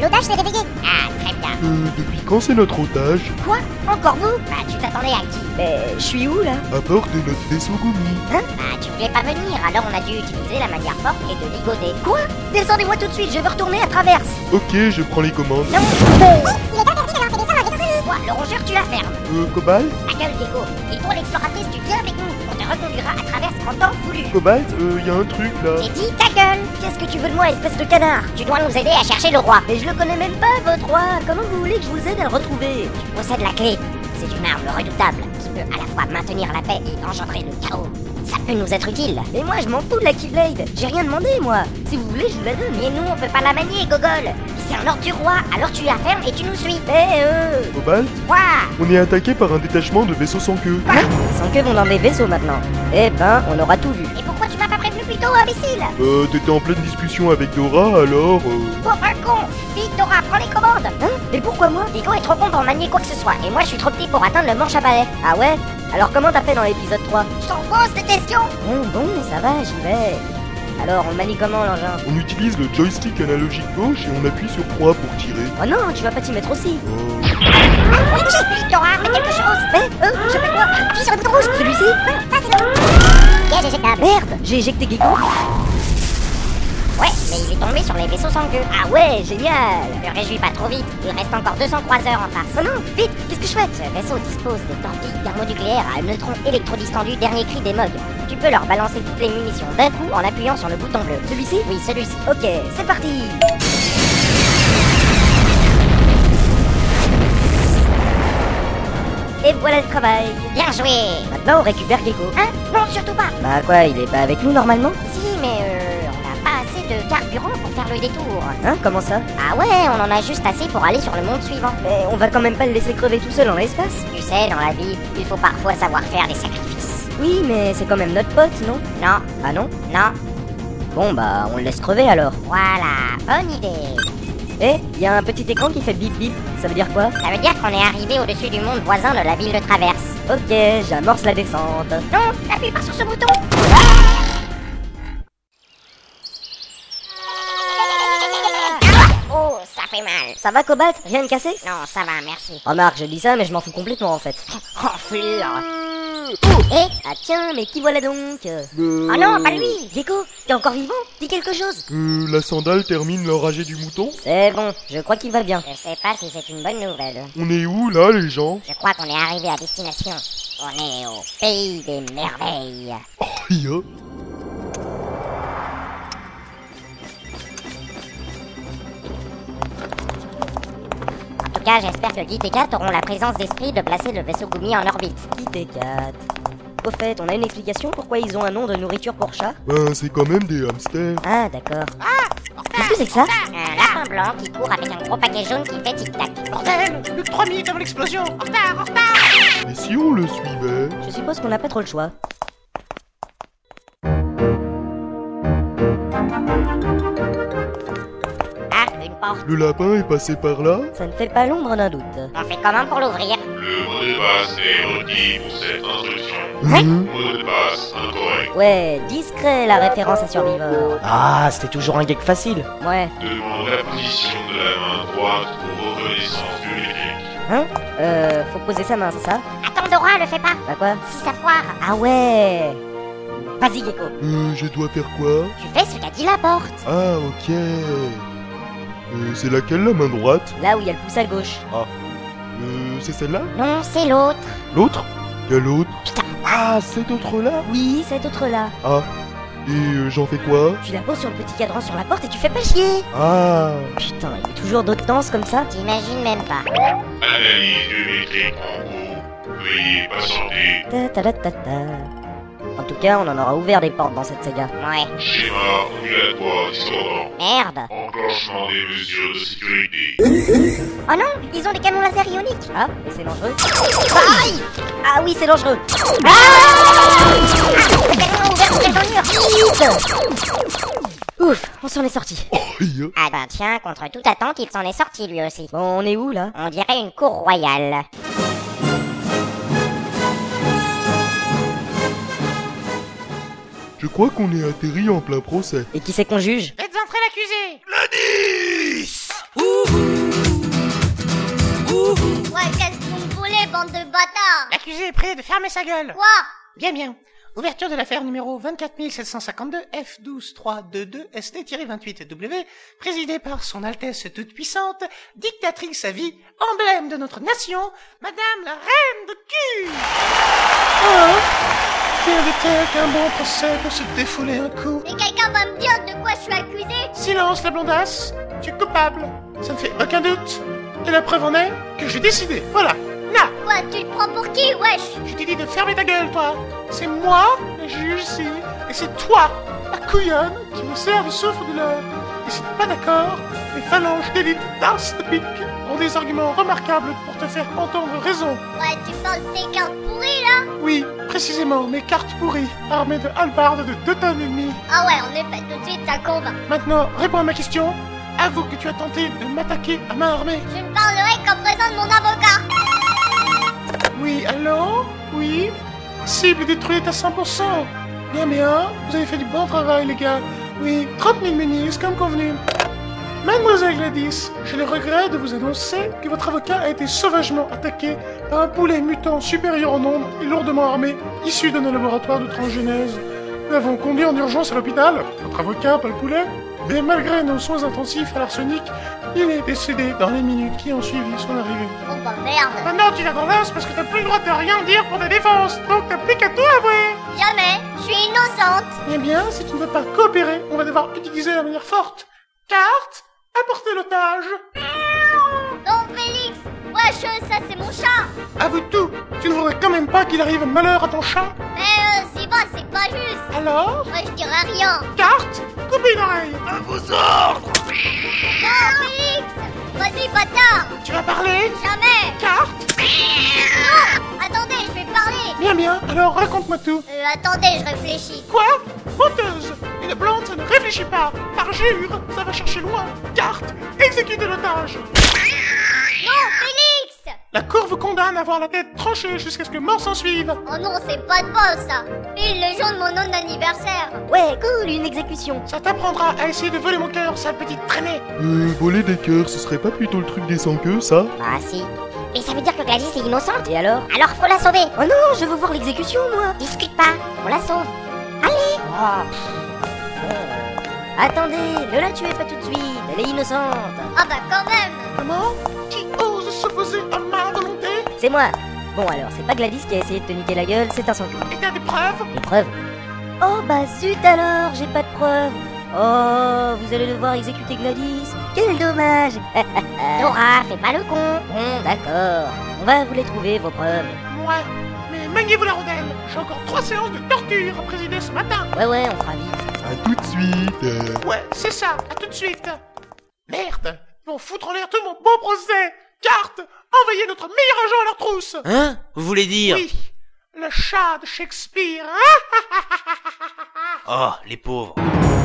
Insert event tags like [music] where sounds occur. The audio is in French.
l'otage s'est réveillé. Ah, très bien. Euh, depuis quand c'est notre otage Quoi Encore vous Bah, tu t'attendais à qui Mais je suis où là À bord de notre vaisseau Gumi. Bah, tu voulais pas venir, alors on a dû utiliser la manière forte et de ligoter. Quoi Descendez-moi tout de suite, je veux retourner à traverse. Ok, je prends les commandes. Non Il est interdit de lancer des sorts à vaisseau Gumi. Toi, le rongeur, tu la fermes. Euh, Cobalt Accueille Gecko. Et toi, l'exploratrice, tu viens avec nous. On te reconduira à travers en temps voulu. Cobalt, euh, y a un truc là. Et dis ta gueule Qu'est-ce que tu veux de moi, espèce de canard Tu dois nous aider à chercher le roi. Mais je le connais même pas, votre roi. Comment vous voulez que je vous aide à le retrouver Tu possèdes la clé. C'est une arme redoutable qui peut à la fois maintenir la paix et engendrer le chaos. Ça peut nous être utile. Mais moi, je m'en fous de la Keyblade. J'ai rien demandé, moi. Si vous voulez, je vous la donne. Mais nous, on peut pas la manier, Gogol. C'est un ordre du roi, alors tu la fermes et tu nous suis. Eh, euh. Cobalt Quoi On est attaqué par un détachement de vaisseaux sans queue. Hein? Sans que vont dans mes vaisseaux maintenant. Eh ben, on aura tout vu. Et pourquoi tu m'as pas prévenu plus tôt, imbécile Euh, t'étais en pleine discussion avec Dora alors. euh, Pauvre con Vite, Dora, prends les commandes Hein Mais pourquoi moi Digo est trop con pour manier quoi que ce soit, et moi je suis trop petit pour atteindre le manche à balai. Ah ouais Alors comment t'as fait dans l'épisode 3 Je t'en pose des questions Bon, bon, ça va, j'y vais. Alors, on manie comment l'engin On utilise le joystick analogique gauche et on appuie sur croix pour tirer. Oh non, tu vas pas t'y mettre aussi. Oh. Vite, Dora, mets quelque chose Hein, Eh, euh, je fais quoi Appuie sur le bouton rouge. Celui-ci Ça, c'est le Piège éjectable. Merde J'ai éjecté Gecko. Ouais, mais il est tombé sur les vaisseaux sans queue. Ah ouais, génial Ne te réjouis pas trop vite, il reste encore 200 croiseurs en face. Oh non, vite, qu'est-ce que je fais Ce vaisseau dispose de torpilles thermonucléaires à neutrons électrodistendus dernier cri des MOG. Tu peux leur balancer toutes les munitions d'un coup en appuyant sur le bouton bleu. Celui-ci Oui, celui-ci. Ok, c'est parti Et voilà le travail Bien joué Maintenant, on récupère Gecko. Hein Non, surtout pas Bah quoi, il est pas avec nous normalement Si, mais euh, on n'a pas assez de carburant pour faire le détour. Hein Comment ça Ah ouais, on en a juste assez pour aller sur le monde suivant. Mais on va quand même pas le laisser crever tout seul dans l'espace Tu sais, dans la vie, il faut parfois savoir faire des sacrifices. Oui, mais c'est quand même notre pote, non Non, Ah non non, Bon, bah, on le laisse crever alors. voilà, bonne idée. Eh, il y a un petit écran qui fait bip bip. Ça veut dire quoi Ça veut dire qu'on est arrivé au-dessus du monde voisin de la ville de Traverse. Ok, j'amorce la descente. Ah Non, n'appuie pas sur ce bouton Oh, ça fait mal. Ça va, Cobalt Rien de cassé Non, ça va, merci. Oh, Remarque, je dis ça, mais je m'en fous complètement [laughs] en fait. Enflure Eh Ah tiens, mais qui voilà donc Euh, Oh non, pas lui Gecko, t'es encore vivant Dis quelque chose euh, la sandale termine l'enragé du mouton C'est bon, je crois qu'il va bien. Je sais pas si c'est une bonne nouvelle. On est où là les gens Je crois qu'on est arrivé à destination. On est au pays des merveilles. Aïe, hein. En tout cas, j'espère que Guy et Kat auront la présence d'esprit de placer le vaisseau Gumi en orbite. Petit 4 Au fait, on a une explication pourquoi ils ont un nom de nourriture pour chat Ben c'est quand même des hamsters. Ah, d'accord. Qu'est-ce que c'est que ça Un lapin blanc qui court avec un gros paquet jaune qui fait tic-tac. Bordel Plus que 3 minutes avant l'explosion En retard, en retard Et si on le suivait Je suppose qu'on n'a pas trop le choix. Ah, une porte. Le lapin est passé par là Ça ne fait pas l'ombre d'un doute. On fait comment pour l'ouvrir Le mot de passe est maudit pour cette instruction. Hein Mot de passe incorrect. Ouais, discret la référence à Survivor. Ah, c'était toujours un gag facile Ouais. Demande la position de la main droite pour reconnaissance biométrique. Hein Euh, faut poser sa main, c'est ça Attends, Dora, le fais pas. Bah quoi Si ça foire, Ah ouais Vas-y, Gecko. Euh, je dois faire quoi tu fais ce qu'a dit la porte. Ah ok. Euh, c'est laquelle la main droite Là où il y a le pouce à gauche. Euh, c'est celle-là Non, c'est l'autre. L'autre Quelle autre Putain. Ah, cet autre-là Oui, cet autre-là. Ah. Et euh, j'en fais quoi Tu la poses sur le petit cadran sur la porte et tu fais pas chier. Ah. Putain, il y a toujours d'autres danses comme ça T'imagines même pas. Analyse biométrique en cours. Veuillez patienter. Ta ta ta ta ta. En tout cas, on en aura ouvert des portes dans cette saga. Ouais. Schéma ondulatoire discordant. Merde. Enclenchement des mesures de sécurité. Oh non, ils ont des canons laser ioniques. Ah, mais c'est dangereux. Aïe Ah oui, c'est dangereux. Le Ah canon a ouvert une mur. Ouf, on s'en est sorti. Aïe. Ah ben tiens, contre toute attente, il s'en est sorti lui aussi. Bon, on est où là On dirait une cour royale. Je crois qu'on est atterri en plein procès. Et qui c'est qu'on juge Faites entrer l'accusé Le 10 Ouais, qu'est-ce que vous me voulez, bande de bâtards L'accusé est prêt de fermer sa gueule. Quoi Bien, bien. Ouverture de l'affaire numéro 24752 F12752ST-28W, présidée par son Altesse Toute-Puissante, dictatrice à vie, emblème de notre nation, Madame la Reine de cul Oh Quel était qu'un bon procès pour se défouler un coup Mais quelqu'un va me dire de quoi je suis accusé Silence la blondasse, tu es coupable, ça ne fait aucun doute. Et la preuve en est que j'ai décidé, voilà, là, Quoi, tu te prends pour qui, wesh je t'ai dit de fermer ta gueule, toi C'est moi, le juge ici, et c'est toi, la couillonne, qui me sert de souffle de l'heure. Et si t'es pas d'accord, les phalanges d'élite d'Arstpic ont des arguments remarquables pour te faire entendre raison. Ouais, tu parles de tes cartes pourries, là Oui, précisément, mes cartes pourries, armées de halbardes de deux tonnes et demie. Ah ouais, en effet, tout de suite, ça convainc. Maintenant, réponds à ma question. Avoue que tu as tenté de m'attaquer à main armée. Je ne parlerai qu'en présence de mon avocat. Oui, allô Oui Cible détruite à 100% Bien, bien, vous avez fait du bon travail, les gars. Oui, 30 000 minis, comme convenu. Mademoiselle Gladys, j'ai le regret de vous annoncer que votre avocat a été sauvagement attaqué par un poulet mutant supérieur en nombre et lourdement armé, issu d'un laboratoire de transgenèse. Nous l'avons conduit en urgence à l'hôpital, votre avocat, pas le poulet. Mais malgré nos soins intensifs à l'arsenic, il est décédé dans les minutes qui ont suivi son arrivée. Bon bah merde. Maintenant, tu vas dans l'os parce que t'as plus le droit de rien dire pour ta défense, donc t'as plus qu'à tout avouer. Jamais, je suis innocente. Eh bien, si tu ne veux pas coopérer, on va devoir utiliser la manière forte. Carte, apportez l'otage. Non, Félix Wesh, euh, ça, c'est mon chat Avoue tout, tu ne voudrais quand même pas qu'il arrive malheur à ton chat. Mais euh, c'est pas, c'est pas juste Alors, Moi, je dirais rien carte, coupez une oreille. Non, Félix Vas-y, bâtard Tu vas parler Jamais Carte Attendez, je vais parler Bien, bien, alors raconte-moi tout. Euh, attendez, je réfléchis. Quoi Menteuse Une blonde, ça ne réfléchit pas. Parjure, ça va chercher loin. Carte, exécutez l'otage. Non, Félix La cour vous condamne à avoir la tête tranchée jusqu'à ce que mort s'en suive. Oh non, c'est pas de bol, ça Pile le jour de mon nom d'anniversaire Ouais, cool, une exécution. Ça t'apprendra à essayer de voler mon cœur, sale petite traînée Euh, voler des cœurs, ce serait pas plutôt le truc des sans-queues, ça Bah si. Mais ça veut dire que Gladys est innocente Et alors Alors faut la sauver Oh non, je veux voir l'exécution, moi Discute pas, on la sauve Ah, pff. Oh. Attendez, ne la tuez pas tout de suite, elle est innocente. Ah bah quand même Comment Qui ose s'opposer à ma volonté C'est moi Bon alors, c'est pas Gladys qui a essayé de te niquer la gueule, c'est un sang Et t'as des preuves Des preuves Oh bah zut alors, j'ai pas de preuves Oh, vous allez devoir exécuter Gladys Quel dommage [laughs] Nora, fais pas le con Bon, d'accord. On va vous les trouver, vos preuves. Moi Mais maniez-vous la rondelle J'ai encore trois séances de torture à présider ce matin Ouais, ouais, on fera vite. À tout de suite euh. Ouais, c'est ça, à tout de suite Merde Ils vont foutre en l'air tout mon beau procès Carte Envoyez notre meilleur agent à leur trousse Hein Vous voulez dire Oui Le chat de Shakespeare hein Oh, les pauvres.